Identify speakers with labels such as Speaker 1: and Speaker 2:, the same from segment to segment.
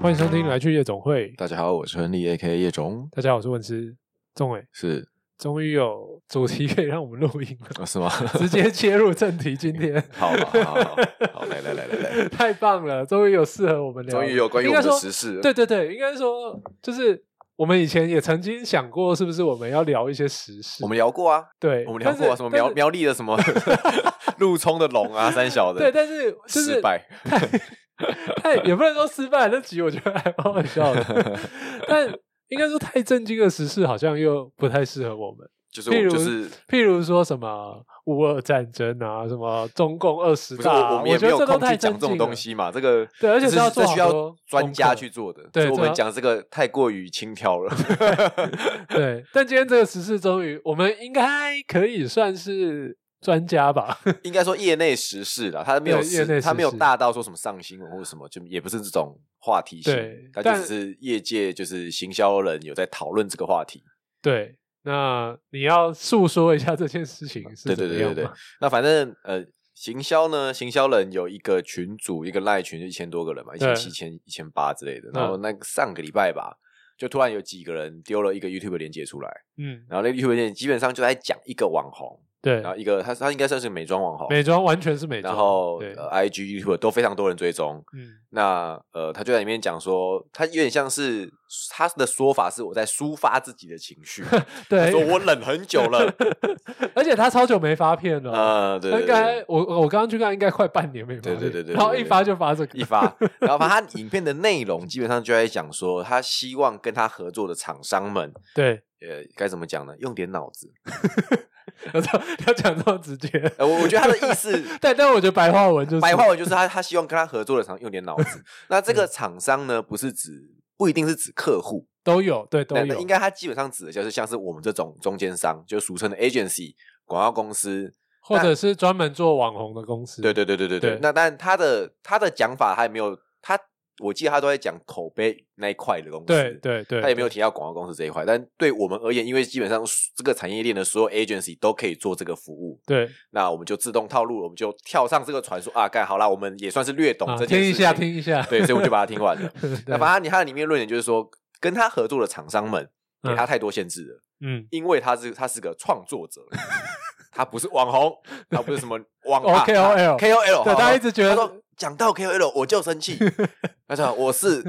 Speaker 1: 欢迎收听《来去夜总会》，
Speaker 2: 大家好，我是亨利 A.K. 叶总，
Speaker 1: 大家好，我是文思仲伟，
Speaker 2: 是
Speaker 1: 终于有主题可以让我们录音 了，
Speaker 2: 哦是吗？
Speaker 1: 直接切入正题，今天
Speaker 2: 好好好好 好，来来来来来，
Speaker 1: 太棒了，终于有适合我们聊的，
Speaker 2: 终于有关于
Speaker 1: 应
Speaker 2: 我
Speaker 1: 该
Speaker 2: 们的
Speaker 1: 说
Speaker 2: 时事，
Speaker 1: 对对对，应该说就是我们以前也曾经想过，是不是我们要聊一些时事？
Speaker 2: 我们聊过啊，
Speaker 1: 对，
Speaker 2: 我们聊过
Speaker 1: 但是
Speaker 2: 啊，什么苗？
Speaker 1: 但是
Speaker 2: 苗栗的 什么陆冲的龙啊，三小的，
Speaker 1: 对，但是就
Speaker 2: 失
Speaker 1: 是
Speaker 2: 败，
Speaker 1: 太也不能说失败，那集我觉得还蛮好笑 的，但应该说太震惊的时事好像又不太适合我们。
Speaker 2: 就是我
Speaker 1: 譬如
Speaker 2: 们就是
Speaker 1: 譬如说什么乌俄战争啊，什么中共二十
Speaker 2: 不是
Speaker 1: 大啊，
Speaker 2: 我我们也
Speaker 1: 觉
Speaker 2: 没
Speaker 1: 得
Speaker 2: 有
Speaker 1: 这都
Speaker 2: 空
Speaker 1: 太
Speaker 2: 去
Speaker 1: 震惊
Speaker 2: 讲这种东
Speaker 1: 了。
Speaker 2: 西嘛，这个
Speaker 1: 对而且
Speaker 2: 这
Speaker 1: 是要
Speaker 2: 是
Speaker 1: 做
Speaker 2: 这
Speaker 1: 好
Speaker 2: 需要
Speaker 1: 多
Speaker 2: 专
Speaker 1: 功
Speaker 2: 家
Speaker 1: 课
Speaker 2: 去做的，
Speaker 1: 对
Speaker 2: 所以我
Speaker 1: 这
Speaker 2: 们
Speaker 1: 要
Speaker 2: 讲这个太过于轻佻了，
Speaker 1: 对，但今天这个时事终于，我们应该可以算是专家吧？
Speaker 2: 应该说业内时事啦，他没有
Speaker 1: 对业内
Speaker 2: 事，他
Speaker 1: 时
Speaker 2: 没有
Speaker 1: 事
Speaker 2: 大到说什么上新闻或者什么，就也不是这种话题
Speaker 1: 对
Speaker 2: 性，他
Speaker 1: 但
Speaker 2: 就只是业界就是行销人有在讨论这个话题。
Speaker 1: 对，那你要诉说一下这件事情是
Speaker 2: 对
Speaker 1: 怎
Speaker 2: 对
Speaker 1: 么
Speaker 2: 对
Speaker 1: 样
Speaker 2: 对对
Speaker 1: 吗？。
Speaker 2: 那反正呃，行销呢，行销人有一个群组，一个赖群，就一千多个人嘛，一
Speaker 1: 对嗯
Speaker 2: 千七千一千八之类的。然后那个上个礼拜吧，就突然有几个人丢了一个 YouTube 连接出来，
Speaker 1: 嗯，
Speaker 2: 然后那个 YouTube 连接基本上就在讲一个网红，
Speaker 1: 对
Speaker 2: 然，后一个他他应该算是美妆网红，
Speaker 1: 美妆完全是美妆，
Speaker 2: 然后
Speaker 1: 对，
Speaker 2: 呃 IG YouTube 都非常多人追踪。
Speaker 1: 嗯，
Speaker 2: 那呃，他就在里面讲说，他有点像是他的说法是我在抒发自己的情绪，他说
Speaker 1: 对，
Speaker 2: 我忍很久 了，
Speaker 1: 而且他超久没发片了。
Speaker 2: 呃，对
Speaker 1: 他
Speaker 2: 对
Speaker 1: 应
Speaker 2: 对
Speaker 1: 该
Speaker 2: 对，
Speaker 1: 我我刚刚去看，应该快半年没发片，
Speaker 2: 对对对对对
Speaker 1: 然后一
Speaker 2: 对
Speaker 1: 发就发这个，
Speaker 2: 一发，然后把他影片的内容基本上就在讲说，他希望跟他合作的厂商们，
Speaker 1: 对，
Speaker 2: 呃，该怎么讲呢？用点脑子。
Speaker 1: 要这要讲这么直接，
Speaker 2: 呃，我我觉得他的意思
Speaker 1: 但但我觉得白话文就是
Speaker 2: 白话文就是他他希望跟他合作的厂商用点脑子。 那这
Speaker 1: 嗯
Speaker 2: 个厂商呢，不是指不一定是指客户，
Speaker 1: 都有，对都
Speaker 2: 那
Speaker 1: 有，
Speaker 2: 那应该它基本上指的就是像是我们这种中间商，就俗称的 agency 广告公司。
Speaker 1: 或者是专门做网红的公司，
Speaker 2: 对对对对对对。
Speaker 1: 对
Speaker 2: 那但他的他的讲法，他也没有他，我记得他都在讲口碑那一块的公司。
Speaker 1: 对对对，
Speaker 2: 他也没有
Speaker 1: 对
Speaker 2: 提到广告公司这一块，但对我们而言，因为基本上这个产业链的所有 agency 都可以做这个服务，
Speaker 1: 对
Speaker 2: 那我们就自动套路了，我们就跳上这个船说啊，干好啦，我们也算是略懂
Speaker 1: 啊
Speaker 2: 这件
Speaker 1: 听
Speaker 2: 事情。
Speaker 1: 一下，听一下，
Speaker 2: 对，所以我们就把它听完了。
Speaker 1: 对，
Speaker 2: 那反正他的里面论点就是说，跟他合作的厂商们给他太多限制了。
Speaker 1: 嗯
Speaker 2: 因为他是他是个创作者，他不是网红，他不是什么 网
Speaker 1: 哦
Speaker 2: 大
Speaker 1: KOL
Speaker 2: KOL，
Speaker 1: 对
Speaker 2: 好
Speaker 1: 大家一直觉得
Speaker 2: 他说讲到 KOL 我就生 气，他说我是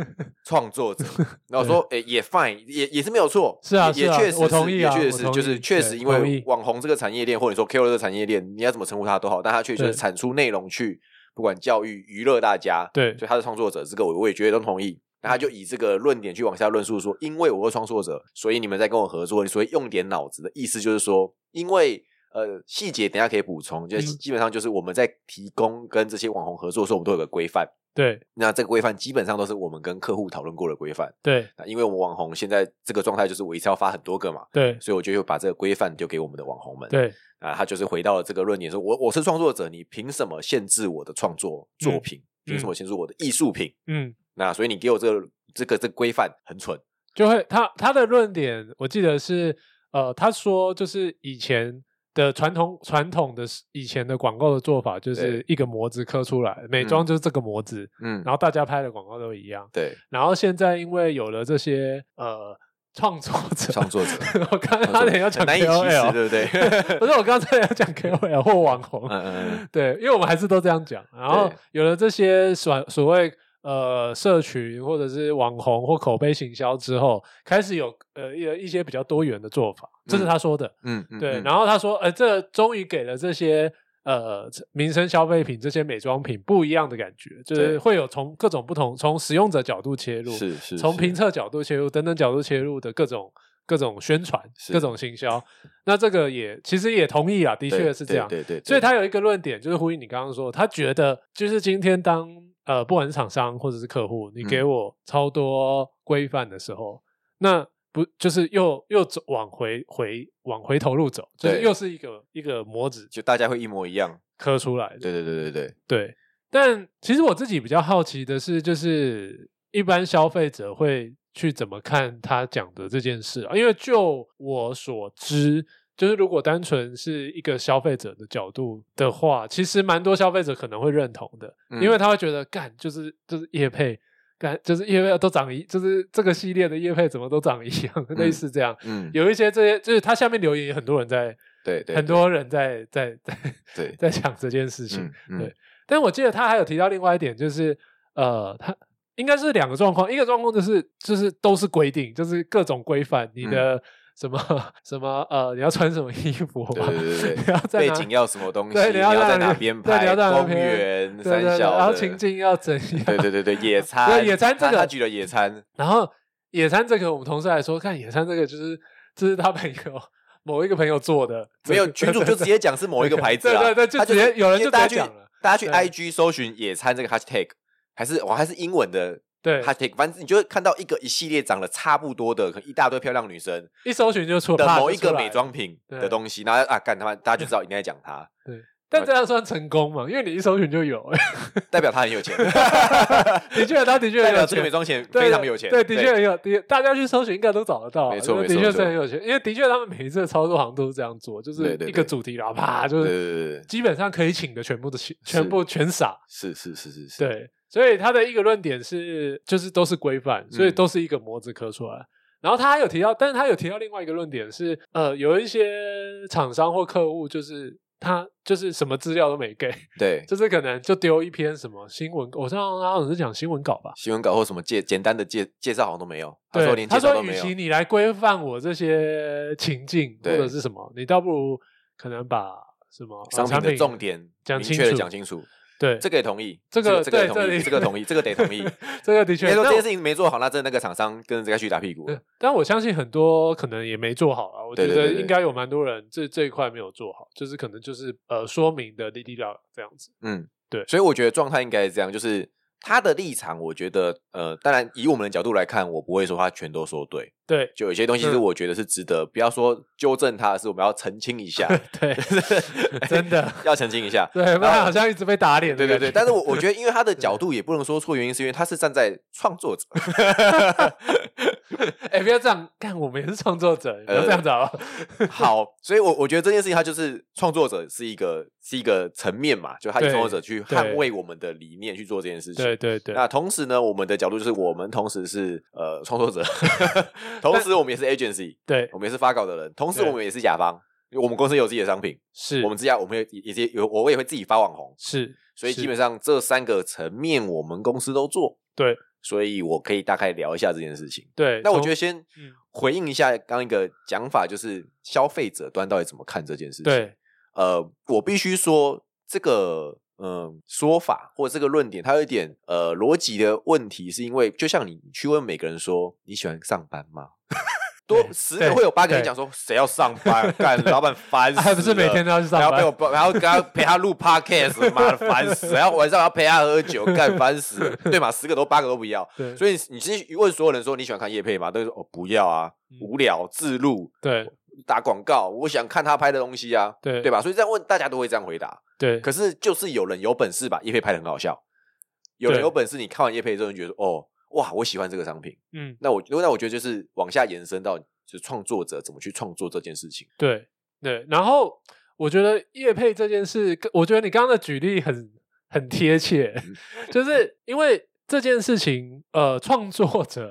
Speaker 2: 创作者，然后我说诶也 fine，也也是没有错，
Speaker 1: 是啊
Speaker 2: 也
Speaker 1: 是
Speaker 2: 也
Speaker 1: 啊
Speaker 2: 确实
Speaker 1: 我同意啊
Speaker 2: 也确
Speaker 1: 我
Speaker 2: 实
Speaker 1: 同意
Speaker 2: 就是确实
Speaker 1: 对
Speaker 2: 因
Speaker 1: 同意
Speaker 2: 为网红这个产业链或者说 KOL 这个产业链，你要怎么称呼他都好，但他确
Speaker 1: 对
Speaker 2: 实产出内容去不管教育娱乐大家，
Speaker 1: 对
Speaker 2: 所以他是创作者，这个我我也觉得都同意。那他就
Speaker 1: 嗯
Speaker 2: 以这个论点去往下论述说，因为我是创作者，所以你们在跟我合作，所以用点脑子的意思就是说，因为呃细节等一下可以补充，就是
Speaker 1: 嗯
Speaker 2: 基本上就是我们在提供跟这些网红合作的时候，我们都有个规范。
Speaker 1: 对
Speaker 2: 那这个规范基本上都是我们跟客户讨论过的规范。
Speaker 1: 对
Speaker 2: 那因为我们网红现在这个状态就是我一次要发很多个嘛，
Speaker 1: 对
Speaker 2: 所以我就又把这个规范丢给我们的网红们。
Speaker 1: 对
Speaker 2: 啊，他就是回到了这个论点，说我我是创作者，你凭什么限制我的创作作品？凭什么限制我的艺术品？
Speaker 1: 嗯，
Speaker 2: 那所以你给我这个这个这个规范很蠢，
Speaker 1: 就会他他的论点，我记得是呃，他说就是以前。的传统传统的以前的广告的做法，就是一个模子刻出来，美妆就是这个模子，
Speaker 2: 嗯，
Speaker 1: 然后大家拍的广告都一样。
Speaker 2: 对，
Speaker 1: 然后现在因为有了这些呃创作者，
Speaker 2: 创作者
Speaker 1: 我刚刚差点要讲
Speaker 2: 很难以启齿，
Speaker 1: KOL，
Speaker 2: 对 不对？
Speaker 1: 不是我刚才要讲 KOL 或网红，
Speaker 2: 嗯嗯
Speaker 1: 对，因为我们还是都这样讲。然后
Speaker 2: 对
Speaker 1: 有了这些所所谓呃社群或者是网红或口碑行销之后，开始有呃一一些比较多元的做法，这是
Speaker 2: 嗯
Speaker 1: 他说的。
Speaker 2: 嗯嗯，
Speaker 1: 对，
Speaker 2: 嗯
Speaker 1: 然后他说，呃，这终于给了这些呃民生消费品、这些美妆品不一样的感觉，就是
Speaker 2: 对
Speaker 1: 会有从各种不同，从使用者角度切入，
Speaker 2: 是是
Speaker 1: 从
Speaker 2: 是
Speaker 1: 评测角度切入等等角度切入的各种各种宣传、
Speaker 2: 是
Speaker 1: 各种行销。那这个也其实也同意啊，的
Speaker 2: 的
Speaker 1: 确是这样。
Speaker 2: 对对，对
Speaker 1: 所以他有一个论点，就是呼应你刚刚说，他觉得就是今天当呃不管是厂商或者是客户，你给
Speaker 2: 嗯
Speaker 1: 我超多规范的时候，那不就是又又走往回回往回头路走，就是
Speaker 2: 对
Speaker 1: 又是一个一个模子
Speaker 2: 就大家会一模一样，
Speaker 1: 刻出来的。
Speaker 2: 对对对对对，
Speaker 1: 对，但其实我自己比较好奇的是，就是一般消费者会去怎么看他讲的这件事啊？因为就我所知，就是如果单纯是一个消费者的角度的话，其实蛮多消费者可能会认同的，
Speaker 2: 嗯
Speaker 1: 因为他会觉得干就是就是业配。感就是叶配都长一，就是这个系列的叶配怎么都长一样， 类似这样。
Speaker 2: 嗯，
Speaker 1: 有一些这些，就是他下面留言，很多人在，
Speaker 2: 对对，
Speaker 1: 很多人在在在
Speaker 2: 对，
Speaker 1: 在讲这件事情。
Speaker 2: 嗯嗯
Speaker 1: 对但我记得他还有提到另外一点，就是呃，他应该是两个状况，一个状况就是就是都是规定，就是各种规范，
Speaker 2: 嗯
Speaker 1: 你的什么、什么呃，你要穿什么衣服
Speaker 2: 对
Speaker 1: 啊，
Speaker 2: 对对对
Speaker 1: 你 要在
Speaker 2: 背
Speaker 1: 哪
Speaker 2: 景要什么东西，
Speaker 1: 对你要在
Speaker 2: 在
Speaker 1: 哪
Speaker 2: 哪
Speaker 1: 里
Speaker 2: 边
Speaker 1: 对你
Speaker 2: 拍，
Speaker 1: 要在哪
Speaker 2: 公
Speaker 1: 边
Speaker 2: 园、
Speaker 1: 对对
Speaker 2: 三
Speaker 1: 对，
Speaker 2: 小的，
Speaker 1: 然后情境要怎样？
Speaker 2: 对对对对，野餐，
Speaker 1: 对野餐这
Speaker 2: 他
Speaker 1: 个
Speaker 2: 他举了野餐，
Speaker 1: 然后野餐这个，我们同事来说，看野餐这个就是这是他朋友某一个朋友做的，
Speaker 2: 没 有群主就直接讲是某一个牌子啦，啊
Speaker 1: 对对对就
Speaker 2: 他
Speaker 1: 直接
Speaker 2: 是
Speaker 1: 有人就直接
Speaker 2: 大家去
Speaker 1: 讲了
Speaker 2: 大家去
Speaker 1: 对
Speaker 2: IG 搜寻野餐这个 hashtag，还是我还是英文的
Speaker 1: 对
Speaker 2: hashtag，反正你就会看到一个一系列长得差不多的，可能一大堆漂亮女生
Speaker 1: 一搜寻就出
Speaker 2: 的
Speaker 1: 啪
Speaker 2: 某一
Speaker 1: 就出
Speaker 2: 个
Speaker 1: 来
Speaker 2: 美
Speaker 1: 了
Speaker 2: 妆品
Speaker 1: 对
Speaker 2: 的东西，然后啊干他妈，大家就知道你在讲 他，
Speaker 1: 但
Speaker 2: 呃
Speaker 1: 这样算成功嘛？因为你一搜寻就有、
Speaker 2: 代表他很有钱，
Speaker 1: 的确他的确
Speaker 2: 代
Speaker 1: 很有
Speaker 2: 表这个美
Speaker 1: 钱，
Speaker 2: 妆钱
Speaker 1: 对
Speaker 2: 非常有钱，
Speaker 1: 对，的确很有，的大家去搜寻应该都找得到啊，
Speaker 2: 没错
Speaker 1: 那
Speaker 2: 没
Speaker 1: 的
Speaker 2: 错
Speaker 1: 确
Speaker 2: 没
Speaker 1: 是
Speaker 2: 错
Speaker 1: 很有钱，因为的确他们每一次的操作好像都是这样做，就是
Speaker 2: 对对
Speaker 1: 一个
Speaker 2: 对
Speaker 1: 主题然后啪就
Speaker 2: 对
Speaker 1: 是
Speaker 2: 对对对，
Speaker 1: 基本上可以请的全部都请，全
Speaker 2: 是
Speaker 1: 部全撒，
Speaker 2: 是是是是是，
Speaker 1: 对，所以他的一个论点是，就是都是规范，所以
Speaker 2: 嗯
Speaker 1: 都是一个模子刻出来。然后他还有提到，但是他有提到另外一个论点是，呃，有一些厂商或客户就是他就是什么资料都没给，
Speaker 2: 对。
Speaker 1: 就是可能就丢一篇什么新闻，我知道他好像是讲新闻稿吧。
Speaker 2: 新闻稿或什么介简单的介介绍好像都没有，他说
Speaker 1: 对，
Speaker 2: 连
Speaker 1: 他
Speaker 2: 介绍
Speaker 1: 说，
Speaker 2: 都
Speaker 1: 与
Speaker 2: 没有
Speaker 1: 其。你来规范我这些情境或
Speaker 2: 对
Speaker 1: 者是什么，你倒不如可能把什么呃
Speaker 2: 商品
Speaker 1: 产
Speaker 2: 的重点
Speaker 1: 讲
Speaker 2: 明
Speaker 1: 清
Speaker 2: 确的
Speaker 1: 楚
Speaker 2: 讲清楚，
Speaker 1: 对
Speaker 2: 这个也同意，
Speaker 1: 这个
Speaker 2: 这个
Speaker 1: 对
Speaker 2: 这个也同
Speaker 1: 这
Speaker 2: 意，这
Speaker 1: 里
Speaker 2: 个同意，这个得同意。应
Speaker 1: 这个的确，
Speaker 2: 该说
Speaker 1: 那
Speaker 2: 这
Speaker 1: 我
Speaker 2: 件事情没做好，那真的那个厂商跟着该去打屁股了
Speaker 1: 对，但我相信很多可能也没做好啊。我觉
Speaker 2: 对对
Speaker 1: 得
Speaker 2: 对对
Speaker 1: 应该有蛮多人这这一块没有做好，就是可能就是呃说明的滴滴啦这样子。
Speaker 2: 嗯，
Speaker 1: 对
Speaker 2: 所以我觉得状态应该是这样，就是他的立场，我觉得呃，当然以我们的角度来看，我不会说他全都说对，
Speaker 1: 对
Speaker 2: 就有些东西是
Speaker 1: 嗯
Speaker 2: 我觉得是值得，不要说纠正他，是我们要澄清一下，
Speaker 1: 对， 真的
Speaker 2: 要澄清一下。
Speaker 1: 对，不然好像一直被打脸的
Speaker 2: 对
Speaker 1: 感觉。
Speaker 2: 对对，但是我我觉得，因为 他的角度也不能说错，原因是因为他是站在创作者，
Speaker 1: 哎，不要这样，看我们也是创作者，不要
Speaker 2: 呃
Speaker 1: 这样子啊。
Speaker 2: 好，所以我我觉得这件事情，它就是创作者是一个是一个层面嘛，就他以
Speaker 1: 对
Speaker 2: 创作者去
Speaker 1: 对
Speaker 2: 捍卫我们的理念去做这件事
Speaker 1: 对
Speaker 2: 情。
Speaker 1: 对对，
Speaker 2: 那同时呢，我们的角度就是我们同时是呃创作者， 同时我们也是 agency，
Speaker 1: 对
Speaker 2: 我们也是发稿的人，同时
Speaker 1: 对
Speaker 2: 我们也是甲方，因为我们公司也有自己的商品，
Speaker 1: 是
Speaker 2: 我们之家我们也也也有我也会自己发网红，
Speaker 1: 是，
Speaker 2: 所以
Speaker 1: 是
Speaker 2: 基本上这三个层面我们公司都做，
Speaker 1: 对
Speaker 2: 所以我可以大概聊一下这件事情。
Speaker 1: 对。
Speaker 2: 那我觉
Speaker 1: 得
Speaker 2: 得先
Speaker 1: 嗯
Speaker 2: 回应一下刚一个讲法，就是消费者端到底怎么看这件事情。，
Speaker 1: 对
Speaker 2: 呃，我必须说这个嗯、说法或这个论点，它有一点呃逻辑的问题，是因为就像你去问每个人说你喜欢上班吗？多
Speaker 1: 对
Speaker 2: 十
Speaker 1: 对
Speaker 2: 个会有八个人
Speaker 1: 对
Speaker 2: 讲说谁要上班，干老板烦 死了，
Speaker 1: 还啊不是每天都要去上班
Speaker 2: 还要被我，还要跟他陪他录 podcast，妈的烦死，然后晚上还要陪他喝酒，干烦死了，对嘛？十个都八个都不要，
Speaker 1: 对
Speaker 2: 所以你其实问所有人说你喜欢看叶配吗？都说哦不要啊，
Speaker 1: 嗯
Speaker 2: 无聊自录
Speaker 1: 对
Speaker 2: 打广告，我想看他拍的东西啊，
Speaker 1: 对
Speaker 2: 对吧？所以这样问大家都会这样回答。
Speaker 1: 对
Speaker 2: 可是就是有人有本事把叶配拍的很好笑，有人
Speaker 1: 对
Speaker 2: 有本事你看完叶配之后你觉得说哦哇我喜欢这个商品，
Speaker 1: 嗯
Speaker 2: 那我那我觉得就是往下延伸到就是创作者怎么去创作这件事情。
Speaker 1: 对对。然后我觉得叶配这件事，跟我觉得你刚刚的举例很很贴切，
Speaker 2: 嗯
Speaker 1: 就是因为这件事情，呃，创作 者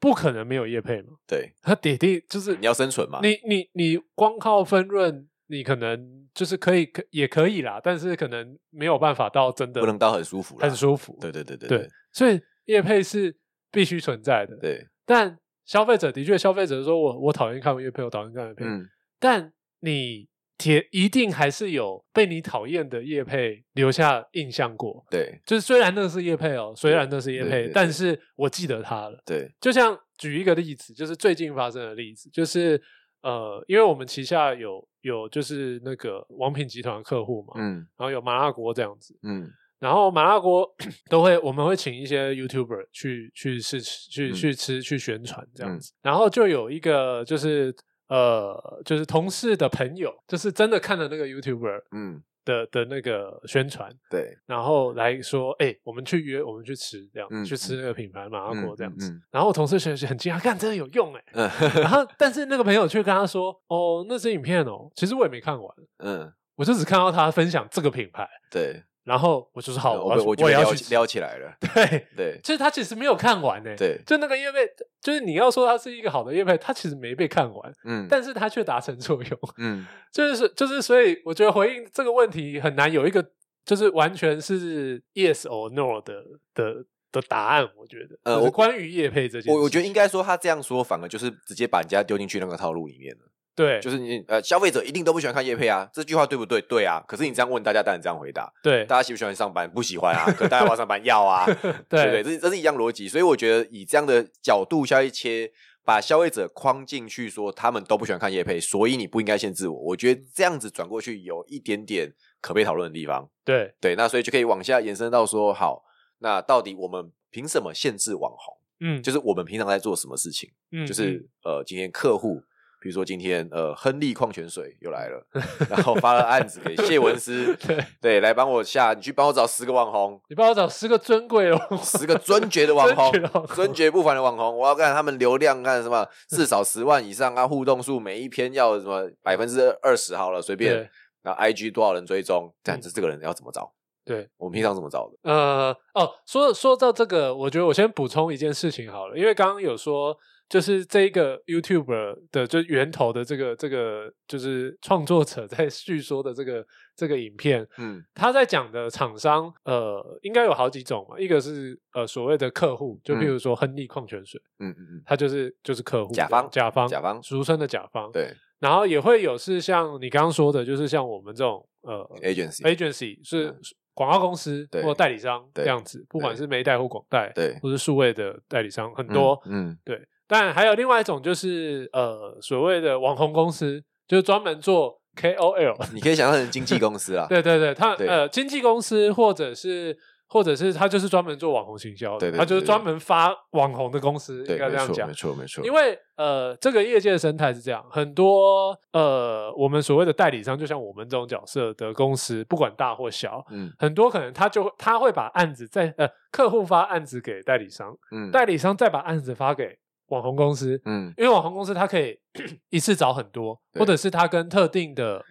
Speaker 1: 不可能没有叶配嘛，
Speaker 2: 对，
Speaker 1: 他铁定就是
Speaker 2: 你要生存嘛，
Speaker 1: 你你你光靠分润，你可能就是可以可也可以啦，但是可能没有办法到真的
Speaker 2: 不能到很舒服啦，
Speaker 1: 很舒服，
Speaker 2: 对对对对
Speaker 1: 对所以叶配是必须存在的，
Speaker 2: 对，
Speaker 1: 但。消费者的确，消费者说我我讨厌看叶配，我讨厌看叶配，
Speaker 2: 嗯，
Speaker 1: 但你铁一定还是有被你讨厌的叶配留下印象过。
Speaker 2: 对
Speaker 1: 就是虽然那是叶配哦，虽然那是叶
Speaker 2: 对
Speaker 1: 配
Speaker 2: 对，
Speaker 1: 但是我记得他了。
Speaker 2: 对
Speaker 1: 就像举一个例子，就是最近发生的例子，就是呃，因为我们旗下有有就是那个王品集团的客户嘛，
Speaker 2: 嗯
Speaker 1: 然后有麻辣锅这样子，
Speaker 2: 嗯
Speaker 1: 然后麻辣锅 都会，我们会请一些 YouTuber 去去试吃、去
Speaker 2: 嗯
Speaker 1: 去吃、去宣传这样
Speaker 2: 嗯
Speaker 1: 子。然后就有一个就是呃，就是同事的朋友，就是真的看了那个 YouTuber
Speaker 2: 嗯，
Speaker 1: 的的那个宣传，
Speaker 2: 对，
Speaker 1: 然后来说，哎、我们去约，我们去吃这样，
Speaker 2: 嗯
Speaker 1: 去吃那个品牌麻辣锅
Speaker 2: 嗯
Speaker 1: 这样子。
Speaker 2: 嗯
Speaker 1: 然后我同事学习很惊讶，看真的有用哎、
Speaker 2: 嗯
Speaker 1: 然后但是那个朋友却跟他说，哦，那支影片哦，其实我也没看完，
Speaker 2: 嗯，
Speaker 1: 我就只看到他分享这个品牌。
Speaker 2: 对嗯
Speaker 1: 然后我就是好，
Speaker 2: 哦我
Speaker 1: 要
Speaker 2: 被
Speaker 1: 去
Speaker 2: 我就
Speaker 1: 我
Speaker 2: 被
Speaker 1: 也要
Speaker 2: 撩
Speaker 1: 去
Speaker 2: 起撩起来了。
Speaker 1: 对，
Speaker 2: 对
Speaker 1: 就是他其实没有看完呢、
Speaker 2: 对，
Speaker 1: 就那个叶配，就是你要说它是一个好的叶配，它其实没被看完，
Speaker 2: 嗯，
Speaker 1: 但是它却达成作用。
Speaker 2: 嗯
Speaker 1: 就是就是，所以我觉得回应这个问题很难有一个就是完全是 yes or no 的的的答案。我觉得，
Speaker 2: 呃
Speaker 1: 就是
Speaker 2: 我
Speaker 1: 关于叶配这件事情，
Speaker 2: 我我觉得应该说他这样说，反而就是直接把人家丢进去那个套路里面了。
Speaker 1: 对，
Speaker 2: 就是你呃，消费者一定都不喜欢看叶配啊，这句话对不对？对啊。可是你这样问大家，当然这样回答，
Speaker 1: 对
Speaker 2: 大家喜不喜欢上班？不喜欢啊。可大家要不要上班？要啊，对不对？
Speaker 1: 对
Speaker 2: 这是这是一样逻辑。所以我觉得以这样的角度下去切，把消费者框进去，说他们都不喜欢看叶配，所以你不应该限制我。我觉得这样子转过去有一点点可被讨论的地方。
Speaker 1: 对
Speaker 2: 对，那所以就可以往下延伸到说，好，那到底我们凭什么限制网红？
Speaker 1: 嗯，
Speaker 2: 就是我们平常在做什么事情？
Speaker 1: 嗯，
Speaker 2: 就是呃，今天客户，比如说今天呃，亨利矿泉水又来了，然后发了案子给谢文思
Speaker 1: 对，
Speaker 2: 对，来帮我下，你去帮我找十个网红，
Speaker 1: 你帮我找十个尊贵哦的网红，
Speaker 2: 十个尊爵的网
Speaker 1: 尊爵的网
Speaker 2: 红，
Speaker 1: 红
Speaker 2: 尊爵不凡的网红，我要看他们流量，看什么至少十万以上啊，互动数每一篇要什么百分之二十好了，随便
Speaker 1: 对。
Speaker 2: 然后 IG 多少人追踪，这样
Speaker 1: 嗯
Speaker 2: 子这个人要怎么找？
Speaker 1: 对，
Speaker 2: 我们平常怎么找的？
Speaker 1: 呃，哦，说说到这个，我觉得我先补充一件事情好了，因为刚刚有说，就是这一个 YouTube 的就源头的这个这个就是创作者在叙说的这个这个影片，
Speaker 2: 嗯
Speaker 1: 他在讲的厂商，呃，应该有好几种嘛，一个是呃所谓的客户，就譬如说亨利矿泉水，
Speaker 2: 嗯嗯嗯，
Speaker 1: 它就是就是客户
Speaker 2: 甲方
Speaker 1: 甲方
Speaker 2: 甲方
Speaker 1: 俗称的甲方，
Speaker 2: 对
Speaker 1: 然后也会有是像你刚刚说的，就是像我们这种呃
Speaker 2: ，agency，
Speaker 1: agency 是
Speaker 2: 嗯
Speaker 1: 广告公司
Speaker 2: 对
Speaker 1: 或代理商
Speaker 2: 对
Speaker 1: 这样子，不管
Speaker 2: 对
Speaker 1: 是媒代或广代，
Speaker 2: 对，
Speaker 1: 或是数位的代理商很多。
Speaker 2: 嗯
Speaker 1: 对，但还有另外一种就是呃所谓的网红公司，就是专门做 KOL。，
Speaker 2: 嗯，你可以想象成经纪公司啦 啊
Speaker 1: 对对对，他
Speaker 2: 对
Speaker 1: 呃经纪公司或者是。或者是他就是专门做网红行销的，
Speaker 2: 对对对
Speaker 1: 他就是
Speaker 2: 对
Speaker 1: 专门发网红的公司，应
Speaker 2: 对，
Speaker 1: 该这
Speaker 2: 没
Speaker 1: 样
Speaker 2: 错
Speaker 1: 讲
Speaker 2: 没。错没错，
Speaker 1: 因为呃，这个业界的生态是这样，很多呃，我们所谓的代理商，就像我们这种角色的公司，不管大或小，
Speaker 2: 嗯
Speaker 1: 很多可能他就会他会把案子在呃客户发案子给代理商，
Speaker 2: 嗯
Speaker 1: 代理商再把案子发给网红公司，
Speaker 2: 嗯，
Speaker 1: 因为网红公司它可以 一次找很多，
Speaker 2: 对
Speaker 1: 或者是他跟特定的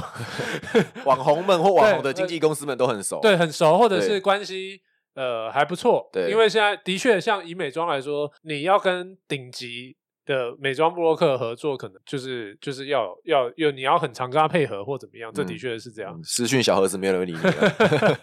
Speaker 1: KOL
Speaker 2: 网红们或网红的
Speaker 1: 对
Speaker 2: 经纪公司们都很熟，
Speaker 1: 对，很熟，或者
Speaker 2: 对
Speaker 1: 是关系呃还不错。
Speaker 2: 对
Speaker 1: 因为现在的确像以美妆来说，你要跟顶级的美妆布洛克合作，可能就是就是要要要你要很常跟他配合或怎么样，这的
Speaker 2: 嗯
Speaker 1: 确是这样。
Speaker 2: 嗯，私讯小盒子没有人会理你 了，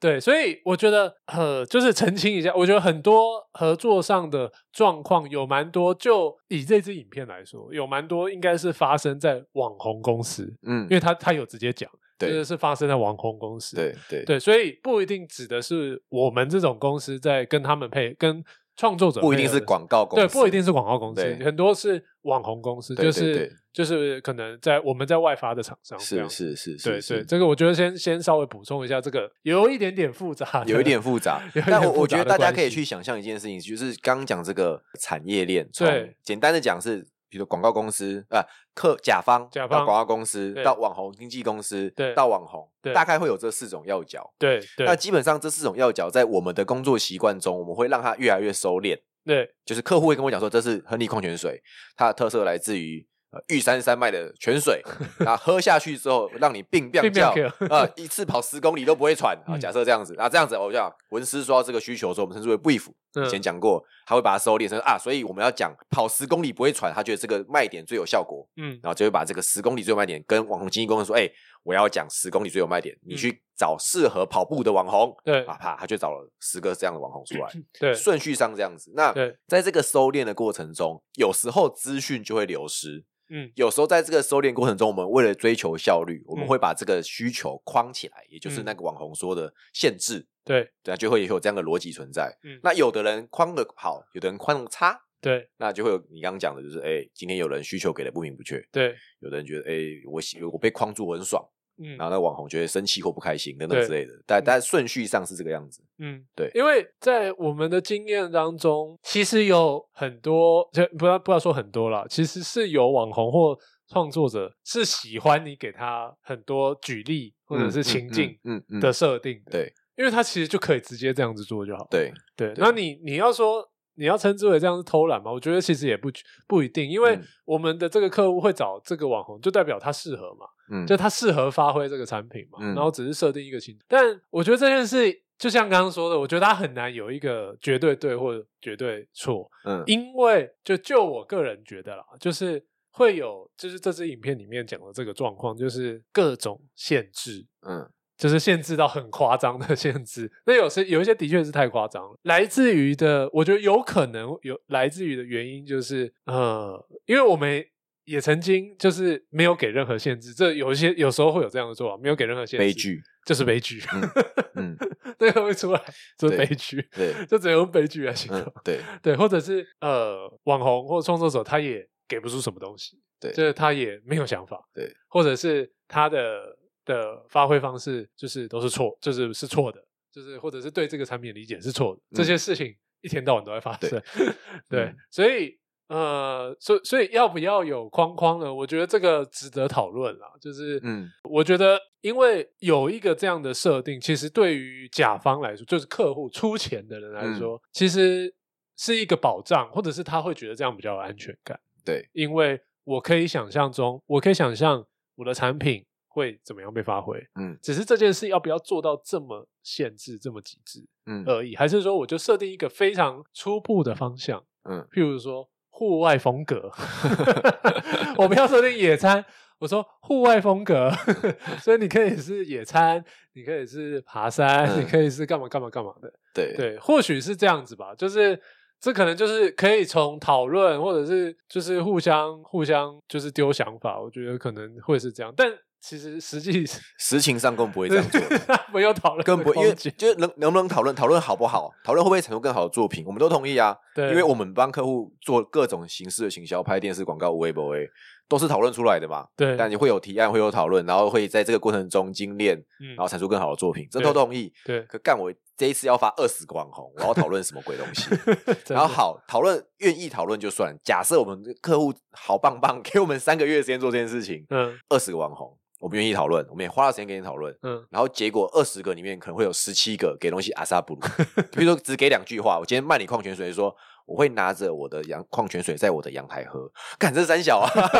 Speaker 1: 对，所以我觉得呃，就是澄清一下，我觉得很多合作上的状况有蛮多，就以这支影片来说，有蛮多应该是发生在网红公司，
Speaker 2: 嗯
Speaker 1: 因，为他他有直接讲，就
Speaker 2: 对
Speaker 1: 是是发生在网红公司。
Speaker 2: 对对，
Speaker 1: 对，所以不一定指的是我们这种公司在跟他们配，跟创作者
Speaker 2: 不一
Speaker 1: 配
Speaker 2: 定
Speaker 1: 合
Speaker 2: 是
Speaker 1: 的
Speaker 2: 广告公司，
Speaker 1: 对，不一定是广告公司
Speaker 2: 对，
Speaker 1: 很多是网红公司，
Speaker 2: 对
Speaker 1: 就
Speaker 2: 对
Speaker 1: 是
Speaker 2: 对
Speaker 1: 就是可能在我们在外发的厂商这
Speaker 2: 是
Speaker 1: 样。
Speaker 2: 是是是，
Speaker 1: 对对，
Speaker 2: 是
Speaker 1: 这个我觉得先先稍微补充一下，这个有一点点复杂的，
Speaker 2: 有一点复杂
Speaker 1: 有一点复杂，
Speaker 2: 但我我
Speaker 1: 的
Speaker 2: 觉得大家
Speaker 1: 关
Speaker 2: 可以
Speaker 1: 系
Speaker 2: 去想象一件事情，就是刚刚讲这个产业链，从
Speaker 1: 对
Speaker 2: 简单的讲是，比如广告公司啊，客甲方
Speaker 1: 甲
Speaker 2: 到
Speaker 1: 方
Speaker 2: 广告公司
Speaker 1: 对
Speaker 2: 到网红经纪公司，
Speaker 1: 对
Speaker 2: 到网红
Speaker 1: 对，
Speaker 2: 大概会有这四种要角。
Speaker 1: 对对
Speaker 2: 那基本上这四种要角在我们的工作习惯中，我们会让它越来越收敛。
Speaker 1: 对
Speaker 2: 就是客户会跟我讲说，这是亨利矿泉水，它的特色来自于。呃玉山山脉的 泉水，那喝下去之后，让你病病
Speaker 1: 病
Speaker 2: 叫
Speaker 1: 病，
Speaker 2: 呃，一次跑十公里都不会喘啊。
Speaker 1: 嗯
Speaker 2: 假设这样子，那这样子，我讲文思说到这个需求的时候，我们称之为 brief，
Speaker 1: 嗯
Speaker 2: 以前讲过，他会把它收敛成啊，所以我们要讲跑十公里不会喘，他觉得这个卖点最有效果，
Speaker 1: 嗯
Speaker 2: 然后就会把这个十公里最有卖点跟网红经纪公司说，哎、我要讲十公里最有卖点，你
Speaker 1: 嗯
Speaker 2: 去找适合跑步的网红，
Speaker 1: 对
Speaker 2: 啊，啪，他就找了十个这样的网红出来，
Speaker 1: 对
Speaker 2: 顺序上这样子。那
Speaker 1: 对
Speaker 2: 在这个收敛的过程中，有时候资讯就会流失。
Speaker 1: 嗯
Speaker 2: 有时候在这个收敛过程中，我们为了追求效率，我们
Speaker 1: 嗯
Speaker 2: 会把这个需求框起来，也就是
Speaker 1: 嗯
Speaker 2: 那个网红说的限制，
Speaker 1: 对
Speaker 2: 对啊，就会有这样的逻辑存在。
Speaker 1: 嗯
Speaker 2: 那有的人框的好，有的人框的差，
Speaker 1: 对
Speaker 2: 那就会有你刚刚讲的，就是哎、今天有人需求给的不明不确，
Speaker 1: 对，
Speaker 2: 有的人觉得哎、我喜我被框住我很爽，
Speaker 1: 嗯
Speaker 2: 然后那网红觉得生气或不开心等等
Speaker 1: 对
Speaker 2: 之类的，但但顺序上是这个样子。
Speaker 1: 嗯，
Speaker 2: 对
Speaker 1: 因为在我们的经验当中，其实有很多，就不要不要说很多啦，其实是有网红或创作者是喜欢你给他很多举例或者是情境
Speaker 2: 嗯嗯嗯嗯
Speaker 1: 的设定的
Speaker 2: 对
Speaker 1: 因为他其实就可以直接这样子做就好。
Speaker 2: 对
Speaker 1: 对，
Speaker 2: 对
Speaker 1: 那你你要说你要称之为这样是偷懒吗？我觉得其实也不不一定，因为
Speaker 2: 嗯
Speaker 1: 我们的这个客户会找这个网红，就代表他适合嘛，
Speaker 2: 嗯，
Speaker 1: 就他适合发挥这个产品嘛，
Speaker 2: 嗯
Speaker 1: 然后只是设定一个情。但我觉得这件事就像刚刚说的，我觉得他很难有一个绝对对或者绝对错，
Speaker 2: 嗯
Speaker 1: 因为就就我个人觉得啦，就是会有就是这支影片里面讲的这个状况，就是各种限制，
Speaker 2: 嗯
Speaker 1: 就是限制到很夸张的限制。那有些有一些的确是太夸张了，来自于的，我觉得有可能有来自于的原因就是，呃，因为我们也曾经就是没有给任何限制，这有一些有时候会有这样的做法，没有给任何限制，
Speaker 2: 悲剧，
Speaker 1: 就是悲剧，
Speaker 2: 嗯，
Speaker 1: 那个会出来就是悲
Speaker 2: 对
Speaker 1: 剧，
Speaker 2: 对，
Speaker 1: 就只能用悲剧来形容。
Speaker 2: 嗯对，
Speaker 1: 对，或者是呃网红或创作者，他也给不出什么东西，
Speaker 2: 对
Speaker 1: 就是他也没有想法，
Speaker 2: 对，
Speaker 1: 或者是他的的发挥方式就是都是错，就是是错的，就是或者是对这个产品的理解是错的，这
Speaker 2: 嗯
Speaker 1: 些事情一天到晚都在发
Speaker 2: 对
Speaker 1: 生， 对，
Speaker 2: 嗯
Speaker 1: 所以。呃，所所以要不要有框框呢？我觉得这个值得讨论啦。就是，
Speaker 2: 嗯
Speaker 1: 我觉得，因为有一个这样的设定，其实对于甲方来说，就是客户出钱的人来说，其实是一个保障，或者是他会觉得这样比较有安全感。
Speaker 2: 对，
Speaker 1: 因为我可以想象中，我可以想象我的产品会怎么样被发挥。
Speaker 2: 嗯
Speaker 1: 只是这件事要不要做到这么限制、这么极致
Speaker 2: 嗯
Speaker 1: 而已，还是说我就设定一个非常初步的方向？
Speaker 2: 嗯，
Speaker 1: 譬如说户外风格， 我不要设定野餐，我说户外风格， 所以你可以是野餐，你可以是爬山，
Speaker 2: 嗯
Speaker 1: 你可以是干嘛干嘛干嘛的，
Speaker 2: 对
Speaker 1: 对，或许是这样子吧，就是。这可能就是可以从讨论，或者是就是互相互相就是丢想法，我觉得可能会是这样，但其实实际
Speaker 2: 实情上更不会这样做的。
Speaker 1: 没有讨论的
Speaker 2: 更不会，因为
Speaker 1: 空间
Speaker 2: 就是能能不能讨论讨论好不好，讨论会不会产出更好的作品，我们都同意啊。
Speaker 1: 对
Speaker 2: 因为我们帮客户做各种形式的行销，拍电视广告、微博、A，都是讨论出来的嘛。
Speaker 1: 对，
Speaker 2: 但你会有提案，会有讨论，然后会在这个过程中精炼，
Speaker 1: 嗯
Speaker 2: 然后产出更好的作品，这
Speaker 1: 对
Speaker 2: 都同意。
Speaker 1: 对，
Speaker 2: 可干我这一次要发二十个网红，我要讨论什么鬼东西？
Speaker 1: 真
Speaker 2: 然
Speaker 1: 的
Speaker 2: 后好讨论，愿意讨论就算。假设我们客户好棒棒，给我们三个月的时间做这件事情，
Speaker 1: 嗯
Speaker 2: 二十个网红，我们愿意讨论，我们也花了时间给你讨论。
Speaker 1: 嗯
Speaker 2: 然后结果二十个里面可能会有十七个给东西阿萨布鲁，比如说只给两句话，我今天卖你矿泉水说，我会拿着我的阳矿泉水在我的阳台喝，干这是三小啊，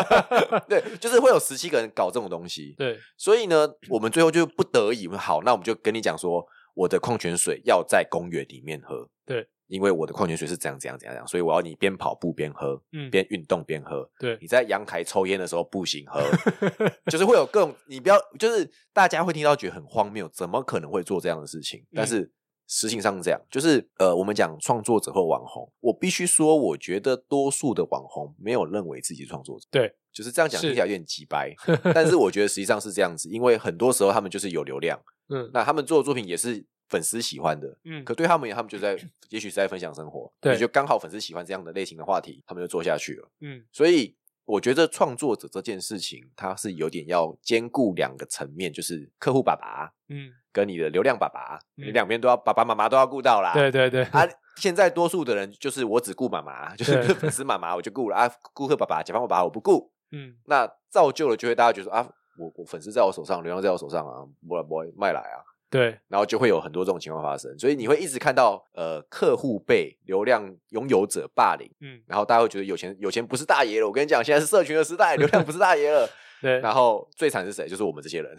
Speaker 2: 对，就是会有十七个人搞这种东西，
Speaker 1: 对
Speaker 2: 所以呢，我们最后就不得已，好，那我们就跟你讲说，我的矿泉水要在公园里面喝，
Speaker 1: 对，
Speaker 2: 因为我的矿泉水是怎样怎样怎样怎样，所以我要你边跑步边喝，
Speaker 1: 嗯
Speaker 2: 边运动边喝，
Speaker 1: 对
Speaker 2: 你在阳台抽烟的时候步行喝， 就是会有各种，你不要，就是大家会听到觉得很荒谬，怎么可能会做这样的事情？
Speaker 1: 嗯
Speaker 2: 但是实情上是这样，就是呃，我们讲创作者或网红，我必须说，我觉得多数的网红没有认为自己是创作者，
Speaker 1: 对，
Speaker 2: 就是这样讲
Speaker 1: 是
Speaker 2: 听起来有点鸡掰，但是我觉得实际上是这样子，因为很多时候他们就是有流量，
Speaker 1: 嗯
Speaker 2: 那他们做的作品也是粉丝喜欢的，
Speaker 1: 嗯
Speaker 2: 可对他们而言，他们就在也许是在分享生活，
Speaker 1: 对
Speaker 2: 也就刚好粉丝喜欢这样的类型的话题，他们就做下去了。
Speaker 1: 嗯
Speaker 2: 所以我觉得创作者这件事情，它是有点要兼顾两个层面，就是客户爸爸
Speaker 1: 嗯，
Speaker 2: 跟你的流量爸爸，
Speaker 1: 嗯
Speaker 2: 你两边都要爸爸妈妈都要顾到啦。
Speaker 1: 对对对，
Speaker 2: 啊，现在多数的人就是我只顾妈妈，就是
Speaker 1: 对
Speaker 2: 粉丝妈妈我就顾了啊，顾客爸爸、甲方爸爸我不顾，
Speaker 1: 嗯
Speaker 2: 那造就了就会大家觉得说啊，我我粉丝在我手上，流量在我手上啊，不然不会卖来啊。
Speaker 1: 对
Speaker 2: 然后就会有很多这种情况发生，所以你会一直看到呃客户被流量拥有者霸凌，
Speaker 1: 嗯
Speaker 2: 然后大家会觉得有钱有钱不是大爷了。我跟你讲，现在是社群的时代，流量不是大 爷了。
Speaker 1: 对，
Speaker 2: 然后最惨是谁？就是我们这 些人。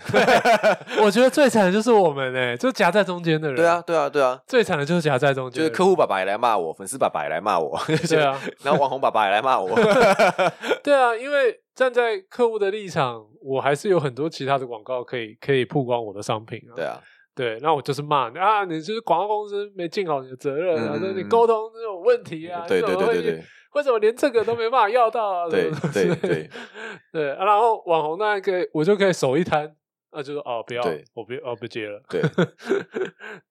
Speaker 1: 我觉得最惨的就是我们哎、就夹在中间的人。
Speaker 2: 对啊，，对啊，对啊，
Speaker 1: 最惨的就是夹在中间
Speaker 2: 就
Speaker 1: 的
Speaker 2: 是
Speaker 1: 人，
Speaker 2: 客户爸爸也来骂我，粉丝爸爸也来骂我，
Speaker 1: 对啊，
Speaker 2: 然后网红爸爸也来 骂我。
Speaker 1: 对啊，因为站在客户的立场，我还是有很多其他的广告可以可以曝光我的商品啊。
Speaker 2: 对啊，
Speaker 1: 对，那我就是骂你啊，你就是广告公司没尽好你的责任啊，
Speaker 2: 嗯
Speaker 1: 说你
Speaker 2: 嗯
Speaker 1: 沟通这种问题啊，
Speaker 2: 对
Speaker 1: 你
Speaker 2: 对
Speaker 1: 怎么
Speaker 2: 对
Speaker 1: 会
Speaker 2: 对对，
Speaker 1: 为什么连这个都没办法要到啊？
Speaker 2: 对
Speaker 1: 什么
Speaker 2: 对
Speaker 1: 之类的
Speaker 2: 对
Speaker 1: 对、啊然后网红那个我就可以手一摊，啊，就说哦不要
Speaker 2: 对，
Speaker 1: 我不哦不接了，
Speaker 2: 对，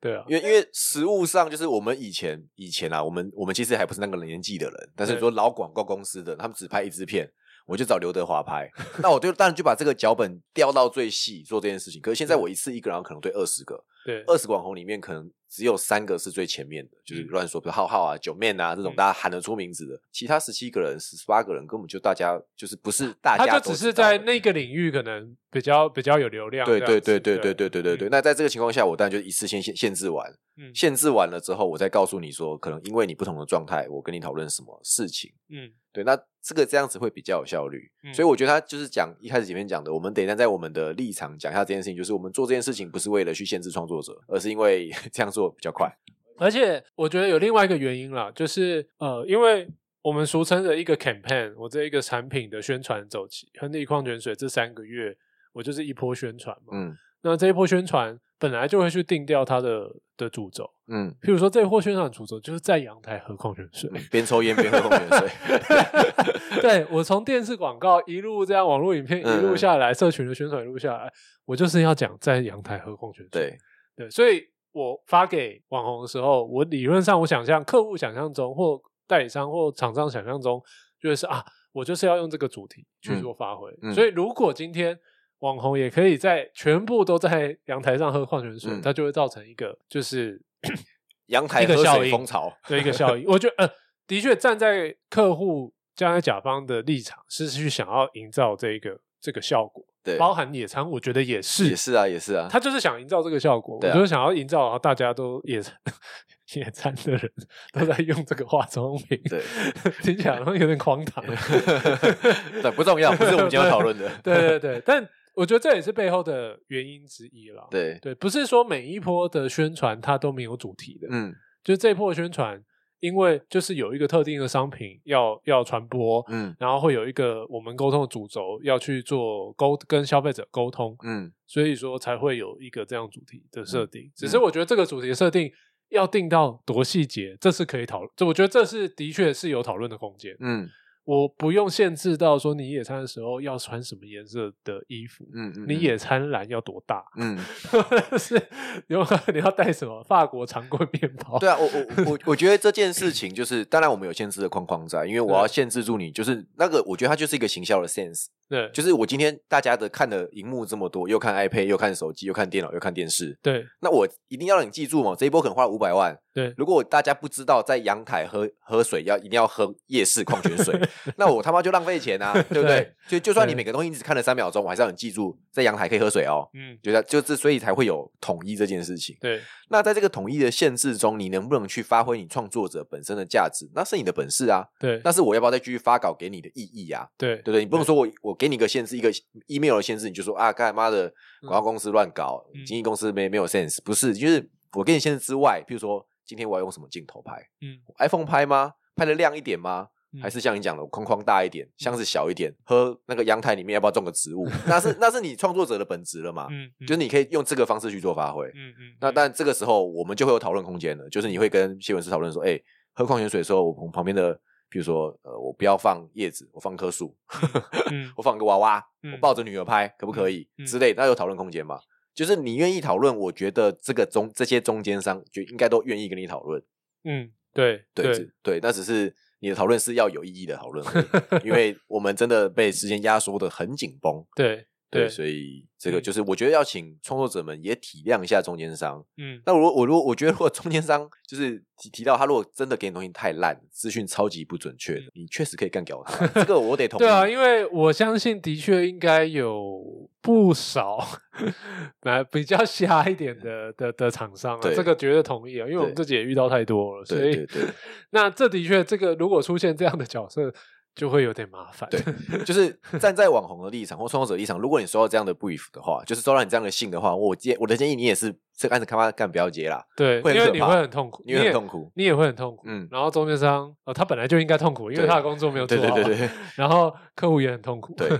Speaker 1: 对啊，
Speaker 2: 因为因为实物上就是我们以前以前啊，我们我们其实还不是那个年纪的人，但是
Speaker 1: 对
Speaker 2: 说老广告公司的，他们只拍一支片，我就找刘德华拍，那我就当然就把这个脚本调到最细做这件事情。可是现在我一次一个人可能对二十个，
Speaker 1: 对，
Speaker 2: 二十个网红里面可能只有三个是最前面的，就是
Speaker 1: 嗯
Speaker 2: 乱说，比如浩浩啊、九面啊这种
Speaker 1: 嗯
Speaker 2: 大家喊得出名字的，其他十七个人、十八个人根本就大家就是不是大
Speaker 1: 他
Speaker 2: 家
Speaker 1: 就
Speaker 2: 都
Speaker 1: 只
Speaker 2: 知
Speaker 1: 是
Speaker 2: 道
Speaker 1: 在
Speaker 2: 的
Speaker 1: 那个领域可能比较比较有流量这
Speaker 2: 对
Speaker 1: 样
Speaker 2: 对
Speaker 1: 子。
Speaker 2: 对对对对对对对。
Speaker 1: 嗯
Speaker 2: 那在这个情况下，我当然就一次先限限制完，
Speaker 1: 嗯
Speaker 2: 限制完了之后，我再告诉你说，可能因为你不同的状态，我跟你讨论什么事情。
Speaker 1: 嗯
Speaker 2: 对，那这个这样子会比较有效率。
Speaker 1: 嗯
Speaker 2: 所以我觉得他就是讲一开始前面讲的，我们等一下在我们的立场讲一下这件事情，就是我们做这件事情不是为了去限制创作者，而是因为 这样做比较快。
Speaker 1: 而且我觉得有另外一个原因啦，就是呃，因为我们俗称的一个 campaign，我这一个产品的宣传周期，亨利矿泉水这三个月，我就是一波宣传嘛。
Speaker 2: 嗯
Speaker 1: 那这一波宣传本来就会去定掉它的的主轴，
Speaker 2: 嗯，
Speaker 1: 譬如说这一波宣传主轴就是在阳台喝矿泉水。
Speaker 2: 嗯边抽烟边喝矿泉水。
Speaker 1: 对我从电视广告一路这样网络影片一
Speaker 2: 嗯
Speaker 1: 路下来，社群的宣传一路下来，我就是要讲在阳台喝矿泉水。
Speaker 2: 对，
Speaker 1: 对，所以我发给网红的时候，我理论上我想象客户想象中或代理商或厂商想象中，就是啊，我就是要用这个主题去做发挥。
Speaker 2: 嗯嗯
Speaker 1: 所以如果今天网红也可以在全部都在阳台上喝矿泉水，
Speaker 2: 嗯
Speaker 1: 它就会造成一个就是
Speaker 2: 阳台
Speaker 1: 一个
Speaker 2: 喝
Speaker 1: 效
Speaker 2: 水
Speaker 1: 应
Speaker 2: 风潮。
Speaker 1: 的一个效应。我觉得呃，的确站在客户站在甲方的立场，是去想要营造这一个这个效果，
Speaker 2: 对，
Speaker 1: 包含野餐，我觉得也是
Speaker 2: 也是啊，也是啊。
Speaker 1: 他就是想营造这个效果，
Speaker 2: 对啊
Speaker 1: 我就是想要营造然后大家都野餐 野餐的人都在用这个化妆品，
Speaker 2: 对，
Speaker 1: 听起来好像有点荒 唐。
Speaker 2: 对，不重要，不是我们今天要讨论的。
Speaker 1: 对对对，但我觉得这也是背后的原因之一啦。
Speaker 2: 对，
Speaker 1: 对，不是说每一波的宣传它都没有主题的，
Speaker 2: 嗯
Speaker 1: 就是这一波的宣传，因为就是有一个特定的商品要要传播，
Speaker 2: 嗯
Speaker 1: 然后会有一个我们沟通的主轴要去做沟跟消费者沟通，
Speaker 2: 嗯，
Speaker 1: 所以说才会有一个这样主题的设定。只是我觉得这个主题的设定要定到多细节，这是可以讨论，这我觉得这是的确是有讨论的空间。
Speaker 2: 嗯
Speaker 1: 我不用限制到说你野餐的时候要穿什么颜色的衣服，
Speaker 2: 嗯嗯，
Speaker 1: 你野餐篮要多大，
Speaker 2: 嗯，
Speaker 1: 是有可能你要 带什么法国长棍面包？
Speaker 2: 对啊，我我我我觉得这件事情就是，当然我们有限制的框框在，因为我要限制住你，就是那个，我觉得它就是一个行销的 sense，
Speaker 1: 对
Speaker 2: 就是我今天大家的看的荧幕这么多，又看 iPad，又看手机，又看电脑，又看电视，
Speaker 1: 对
Speaker 2: 那我一定要让你记住嘛，这一波可能花了五百万，
Speaker 1: 对
Speaker 2: 如果大家不知道在阳台喝喝水要一定要喝夜市矿泉 水，那我他妈就浪费钱啊，对不对
Speaker 1: 对？
Speaker 2: 所以就算你
Speaker 1: 对
Speaker 2: 每个东西只看了三秒钟，我还是让你记住在阳台可以喝水哦。
Speaker 1: 嗯，
Speaker 2: 觉得就这，所以才会有统一这件事情。
Speaker 1: 对
Speaker 2: 那在这个统一的限制中，你能不能去发挥你创作者本身的价值？那是你的本事啊，
Speaker 1: 对
Speaker 2: 那是我要不要再继续发稿给你的意义啊？
Speaker 1: 对
Speaker 2: 对不对？你不能说我我给你个限制，一个 email 的限制，你就说啊，干妈的广告公司乱搞，
Speaker 1: 嗯
Speaker 2: 经纪公司没没有 sense，不是，就是我给你限制之外，譬如说今天我要用什么镜头拍
Speaker 1: 嗯，
Speaker 2: ，iPhone 拍吗？拍的亮一点吗？还是像你讲的框框大一点，
Speaker 1: 嗯
Speaker 2: 箱子小一点，喝那个阳台里面要不要种个植 物？那是那是你创作者的本质了嘛？
Speaker 1: 嗯，
Speaker 2: 啊就是你可以用这个方式去做发挥。
Speaker 1: 嗯嗯，
Speaker 2: 那但这个时候我们就会有讨论空间了，就是你会跟谢文师讨论说，哎、喝矿泉水的时候，我旁边的，比如说，呃，我不要放叶子，我放棵树，
Speaker 1: 嗯
Speaker 2: 我放个娃娃，
Speaker 1: 嗯
Speaker 2: 我抱着女儿拍，可不可以、
Speaker 1: 嗯嗯
Speaker 2: 之类？那有讨论空间嘛？就是你愿意讨论，我觉得这个中这些中间商就应该都愿意跟你讨论，
Speaker 1: 嗯对
Speaker 2: 对只对，那只是你的讨论是要有意义的讨论而已，因为我们真的被时间压缩的很紧绷，
Speaker 1: 对
Speaker 2: 对，所以这个
Speaker 1: 嗯
Speaker 2: 就是我觉得要请创作者们也体谅一下中间商，
Speaker 1: 嗯
Speaker 2: 那我如果我如果我觉得，如果中间商就是提提到他，如果真的给你东西太烂，资讯超级不准确的，你确实可以干掉他。这 个我得同
Speaker 1: 嗯
Speaker 2: 意。
Speaker 1: 对啊，因为我相信的确应该有不少 那比较瞎一点的的的厂商啊，
Speaker 2: 对
Speaker 1: 这个绝对同意啊，因为我们
Speaker 2: 对
Speaker 1: 自己也遇到太多了，所
Speaker 2: 对
Speaker 1: 以
Speaker 2: 对对
Speaker 1: 那这的确这个如果出现这样的角色，就会有点麻烦。
Speaker 2: 对就是站在网红的立场或创作者立场，如果你收到这样的 brief 的话，就是收到你这样的信的话，我建我的建议你也是这个案子他妈干不要接啦，
Speaker 1: 对，
Speaker 2: 会很
Speaker 1: 因为
Speaker 2: 可
Speaker 1: 你
Speaker 2: 怕
Speaker 1: 会很痛苦，
Speaker 2: 你会
Speaker 1: 也
Speaker 2: 很痛苦。
Speaker 1: 你也会很痛苦。
Speaker 2: 嗯
Speaker 1: 然后中间商呃，他本来就应该痛苦，因为
Speaker 2: 对
Speaker 1: 他的工作没有啊
Speaker 2: 对
Speaker 1: 做
Speaker 2: 对
Speaker 1: 好。
Speaker 2: 对 对，
Speaker 1: 然后客户也很痛苦。
Speaker 2: 对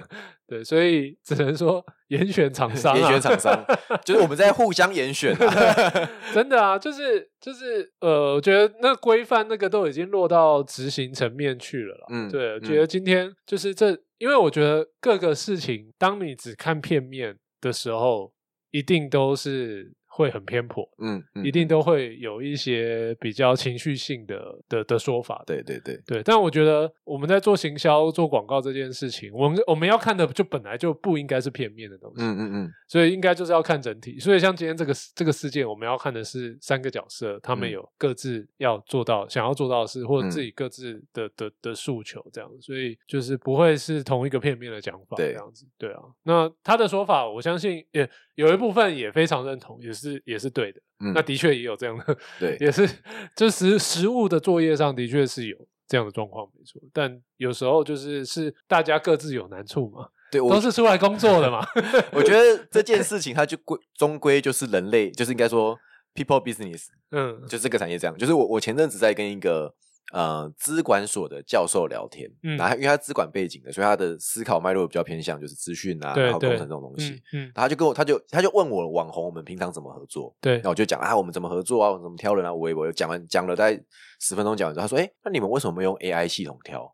Speaker 1: 对，所以只能说 严选厂商、啊，
Speaker 2: 严选厂商 就是我们在互相严选啊。
Speaker 1: 真的啊，就是就是呃，我觉得那规范那个都已经落到执行层面去了啦。
Speaker 2: 嗯
Speaker 1: 对，
Speaker 2: 嗯
Speaker 1: 觉得今天就是这，因为我觉得各个事情，当你只看片面的时候，一定都是会很偏颇，
Speaker 2: 嗯，嗯
Speaker 1: 一定都会有一些比较情绪性的的的说法的。
Speaker 2: 对对对，
Speaker 1: 对，但我觉得我们在做行销、做广告这件事情，我们我们要看的就本来就不应该是片面的东西，
Speaker 2: 嗯嗯嗯，
Speaker 1: 所以应该就是要看整体。所以像今天这个这个事件，我们要看的是三个角色，他们
Speaker 2: 嗯
Speaker 1: 有各自要做到、想要做到的事，或者
Speaker 2: 嗯
Speaker 1: 自己各自的的的诉求，这样，所以就是不会是同一个片面的讲法，
Speaker 2: 对
Speaker 1: 这样子，对啊。那他的说法，我相信也有一部分也非常认同，也是也是对的。
Speaker 2: 嗯
Speaker 1: 那的确也有这样的
Speaker 2: 对，
Speaker 1: 也是，就实实物的作业上的确是有这样的状况，没错。但有时候就是是大家各自有难处嘛，
Speaker 2: 对我
Speaker 1: 都是出来工作的 嘛。
Speaker 2: 我觉得这件事情它就归终归就是人类，就是应该说 people business，
Speaker 1: 嗯
Speaker 2: 就这个产业这样。就是我我前阵子在跟一个呃资管所的教授聊天，
Speaker 1: 嗯
Speaker 2: 然后因为他资管背景的，所以他的思考脉络比较偏向就是资讯啊，
Speaker 1: 对
Speaker 2: 然后工
Speaker 1: 对
Speaker 2: 程这种东西。
Speaker 1: 嗯嗯，
Speaker 2: 然后他就跟我，他就他就问我网红我们平常怎么合作，
Speaker 1: 对
Speaker 2: 那，我就讲啊，我们怎么合作啊，我们怎么挑人啊，我也我也讲完讲了大概十分钟讲完之后，他说，哎、那你们为什么没用 AI 系统 挑？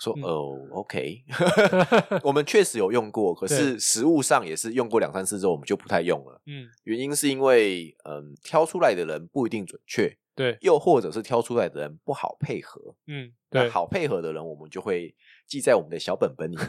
Speaker 2: 说
Speaker 1: 嗯
Speaker 2: 哦，OK，我们确实有用过，可是实物上也是用过两三次之后，我们就不太用了。
Speaker 1: 嗯
Speaker 2: 原因是因为，嗯，挑出来的人不一定准确，
Speaker 1: 对，
Speaker 2: 又或者是挑出来的人不好配合。
Speaker 1: 嗯
Speaker 2: 那
Speaker 1: 对，
Speaker 2: 好配合的人，我们就会记在我们的小本本里面，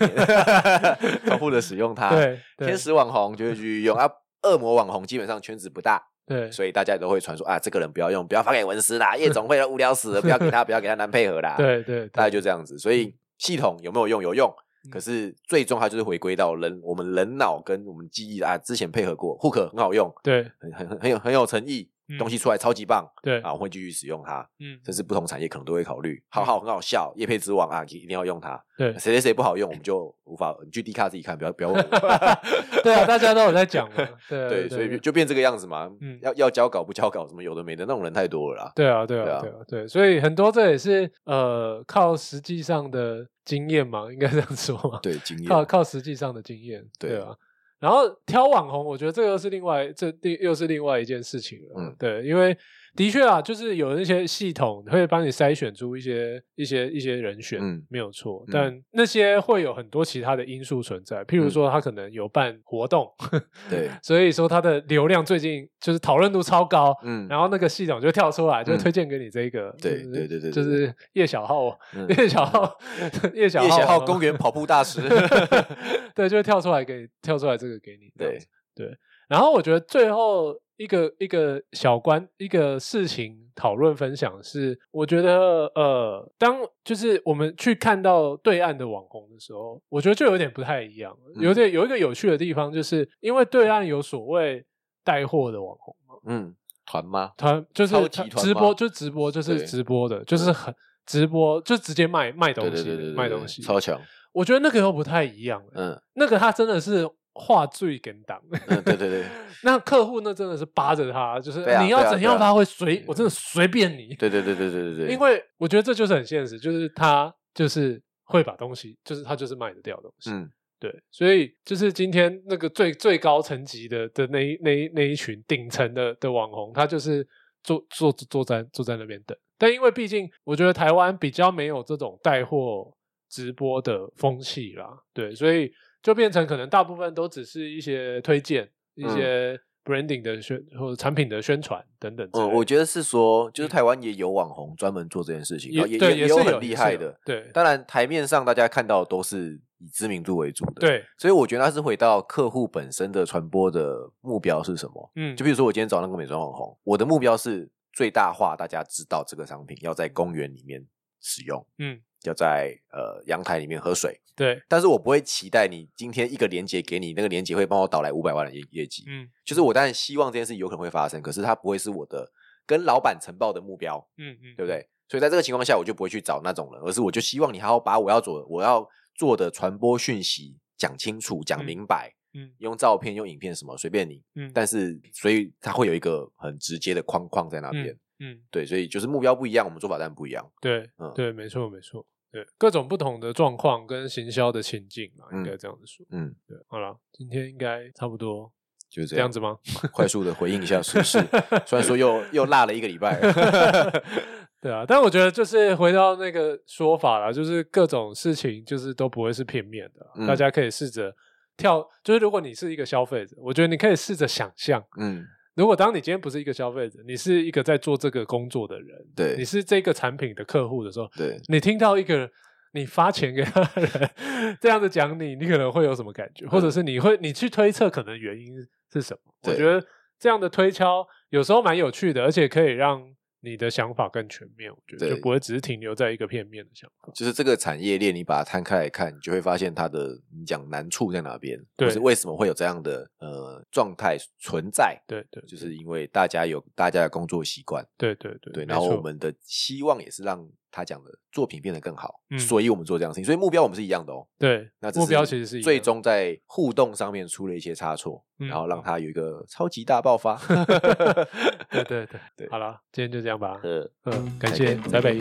Speaker 2: 重复的使用它。，
Speaker 1: 对对
Speaker 2: 天使网红就会去用啊，恶魔网红基本上圈子不大，
Speaker 1: 对
Speaker 2: 所以大家也都会传说啊，这个人不要用，不要发给文思啦，夜总会无聊死了，不要给他，不要给他男配合啦。，
Speaker 1: 对对，
Speaker 2: 大概就这样子。所以系统有没有用？有用
Speaker 1: 嗯。
Speaker 2: 可是最终它就是回归到人，我们人脑跟我们记忆啊，之前配合过，hook 很好用，
Speaker 1: 对
Speaker 2: 很很很很有很有诚意
Speaker 1: 嗯，
Speaker 2: 东西出来超级棒
Speaker 1: 对
Speaker 2: 啊，我会继续使用它。
Speaker 1: 嗯
Speaker 2: 这是不同产业可能都会考虑，好好很好笑，叶配之王啊，一定要用它。
Speaker 1: 对
Speaker 2: 谁谁谁不好用，我们就无法，你去 D 卡自己看，不要不要问我。
Speaker 1: 对啊，大家都有在讲嘛，对啊
Speaker 2: 对，所以
Speaker 1: 对
Speaker 2: 就就变这个样子嘛
Speaker 1: 嗯。
Speaker 2: 要要交稿不交稿，什么有的没的，那种人太多了啦。
Speaker 1: 对啊，对
Speaker 2: 对
Speaker 1: 啊，
Speaker 2: 啊
Speaker 1: 对啊，对，所以很多这也是呃靠实际上的经验嘛，应该这样说嘛。
Speaker 2: 对，经
Speaker 1: 靠
Speaker 2: 验。
Speaker 1: 靠实际上的经验，对
Speaker 2: 对
Speaker 1: 啊。然后挑网红，我觉得这又是另外这另又是另外一件事情了。
Speaker 2: 嗯
Speaker 1: 对，因为的确啊，就是有那些系统会帮你筛选出一些一些一些人选，
Speaker 2: 嗯
Speaker 1: 没有错。
Speaker 2: 嗯
Speaker 1: 但那些会有很多其他的因素存在，譬如说他可能有办活动，
Speaker 2: 对，
Speaker 1: 所以说他的流量最近就是讨论度超高，
Speaker 2: 嗯，
Speaker 1: 然后那个系统就跳出来，就
Speaker 2: 嗯
Speaker 1: 推荐给你这一个，就
Speaker 2: 对
Speaker 1: 是
Speaker 2: 对对对对
Speaker 1: 就是叶小浩，啊
Speaker 2: 嗯
Speaker 1: 叶小浩， 叶小浩，啊
Speaker 2: 叶小浩公园跑步 大师。
Speaker 1: 对，就会跳出来给跳出来这个给你。这样
Speaker 2: 对
Speaker 1: 子对，然后我觉得最后一个一个小关一个事情讨论分享是，我觉得呃，当就是我们去看到对岸的网红的时候，我觉得就有点不太一样，
Speaker 2: 嗯
Speaker 1: 有点有一个有趣的地方，就是因为对岸有所谓带货的网红。
Speaker 2: 嗯，团吗？
Speaker 1: 团就是
Speaker 2: 超级
Speaker 1: 他
Speaker 2: 团
Speaker 1: 直
Speaker 2: 吗
Speaker 1: 播，就直播，就是
Speaker 2: 对
Speaker 1: 直播的，就是很直播，就直接卖卖东
Speaker 2: 对对
Speaker 1: 西
Speaker 2: 对
Speaker 1: 的
Speaker 2: 对，，
Speaker 1: 卖东西。
Speaker 2: 超强。
Speaker 1: 我觉得那个又不太一样了，
Speaker 2: 嗯
Speaker 1: 那个他真的是话最跟档，
Speaker 2: 嗯，对对对
Speaker 1: 那客户那真的是扒着他，就是
Speaker 2: 对啊
Speaker 1: 你要
Speaker 2: 对啊
Speaker 1: 怎
Speaker 2: 对
Speaker 1: 样
Speaker 2: 啊
Speaker 1: 发挥随，我真的随便你。
Speaker 2: 对对对对对对对，
Speaker 1: 因为我觉得这就是很现实，就是他就是会把东西，就是他就是卖得掉东西。
Speaker 2: 嗯
Speaker 1: 对，所以就是今天那个最最高层级的的那一那一那一群顶层的的网红，他就是坐坐坐在坐在那边等。但因为毕竟我觉得台湾比较没有这种带货直播的风气啦，对，所以就变成可能大部分都只是一些推荐、一
Speaker 2: 嗯
Speaker 1: 些 branding 的宣或者产品的宣传等等之类
Speaker 2: 嗯，
Speaker 1: 的。
Speaker 2: 我觉得是说，就是台湾也有网红专门做这件事情，然后
Speaker 1: 对
Speaker 2: 也
Speaker 1: 嗯也
Speaker 2: 有
Speaker 1: 是
Speaker 2: 很厉
Speaker 1: 也是
Speaker 2: 害
Speaker 1: 有
Speaker 2: 的。
Speaker 1: 对
Speaker 2: 当然，台面上大家看到的都是以知名度为主的，。
Speaker 1: 对，
Speaker 2: 所以我觉得它是回到客户本身的传播的目标是什么？
Speaker 1: 嗯，
Speaker 2: 就比如说我今天找那个美妆网红，我的目标是最大化大家知道这个商品要在公园里面使用，
Speaker 1: 嗯，
Speaker 2: 要在呃阳台里面喝水，
Speaker 1: 对，
Speaker 2: 但是我不会期待你今天一个连接给你，那个连接会帮我导来五百万的业业绩。
Speaker 1: 嗯
Speaker 2: 就是我当然希望这件事情有可能会发生，可是它不会是我的跟老板呈报的目标，
Speaker 1: 嗯嗯，
Speaker 2: 对不对？所以在这个情况下，我就不会去找那种人，而是我就希望你好好把我要做我要做的传播讯息讲清楚、讲明白，
Speaker 1: 嗯
Speaker 2: 用照片、用影片什么随便你。
Speaker 1: 嗯，
Speaker 2: 但是，所以它会有一个很直接的框框在那边。
Speaker 1: 嗯，
Speaker 2: 对，所以就是目标不一样，我们做法当然不一样。
Speaker 1: 对，
Speaker 2: 嗯
Speaker 1: 对，没错，没错，对，各种不同的状况跟行销的情境嘛，应
Speaker 2: 嗯
Speaker 1: 该这样子说。
Speaker 2: 嗯，
Speaker 1: 对，好了，今天应该差不多
Speaker 2: 就是这
Speaker 1: 这样子吗？
Speaker 2: 快速的回应一下时事，虽然说又又落了一个礼拜。
Speaker 1: 对啊，但我觉得就是回到那个说法啦，就是各种事情就是都不会是片面的啊，
Speaker 2: 嗯
Speaker 1: 大家可以试着跳，就是如果你是一个消费者，我觉得你可以试着想象
Speaker 2: 嗯，
Speaker 1: 如果当你今天不是一个消费者，你是一个在做这个工作的人，
Speaker 2: 对
Speaker 1: 你是这个产品的客户的时候，
Speaker 2: 对，
Speaker 1: 你听到一个人你发钱给他的人这样子讲你，你可能会有什么感觉，或者是你会你去推测可能原因是什么？我
Speaker 2: 嗯对
Speaker 1: 觉得这样的推敲有时候蛮有趣的，而且可以让你的想法更全面，我觉得
Speaker 2: 对
Speaker 1: 就不会只是停留在一个片面的想法。
Speaker 2: 就是这个产业链，你把它摊开来看，你就会发现它的你讲难处在哪边，
Speaker 1: 对
Speaker 2: 或是为什么会有这样的呃状态存在，
Speaker 1: 对对
Speaker 2: 就是因为大家有大家的工作习惯，
Speaker 1: 对对对
Speaker 2: 对，
Speaker 1: 没
Speaker 2: 然后
Speaker 1: 错
Speaker 2: 我们的希望也是让他讲的作品变得更好，
Speaker 1: 嗯
Speaker 2: 所以我们做这样的事情，所以目标我们是一样的哦。
Speaker 1: 对
Speaker 2: 那只
Speaker 1: 目标其实是一
Speaker 2: 最
Speaker 1: 样的
Speaker 2: 终在互动上面出了一些差错，
Speaker 1: 嗯
Speaker 2: 然后让他有一个超级大爆 发。
Speaker 1: 对对对，
Speaker 2: 对
Speaker 1: 好了，今天就这样吧。
Speaker 2: 呃，
Speaker 1: 嗯，感谢台北。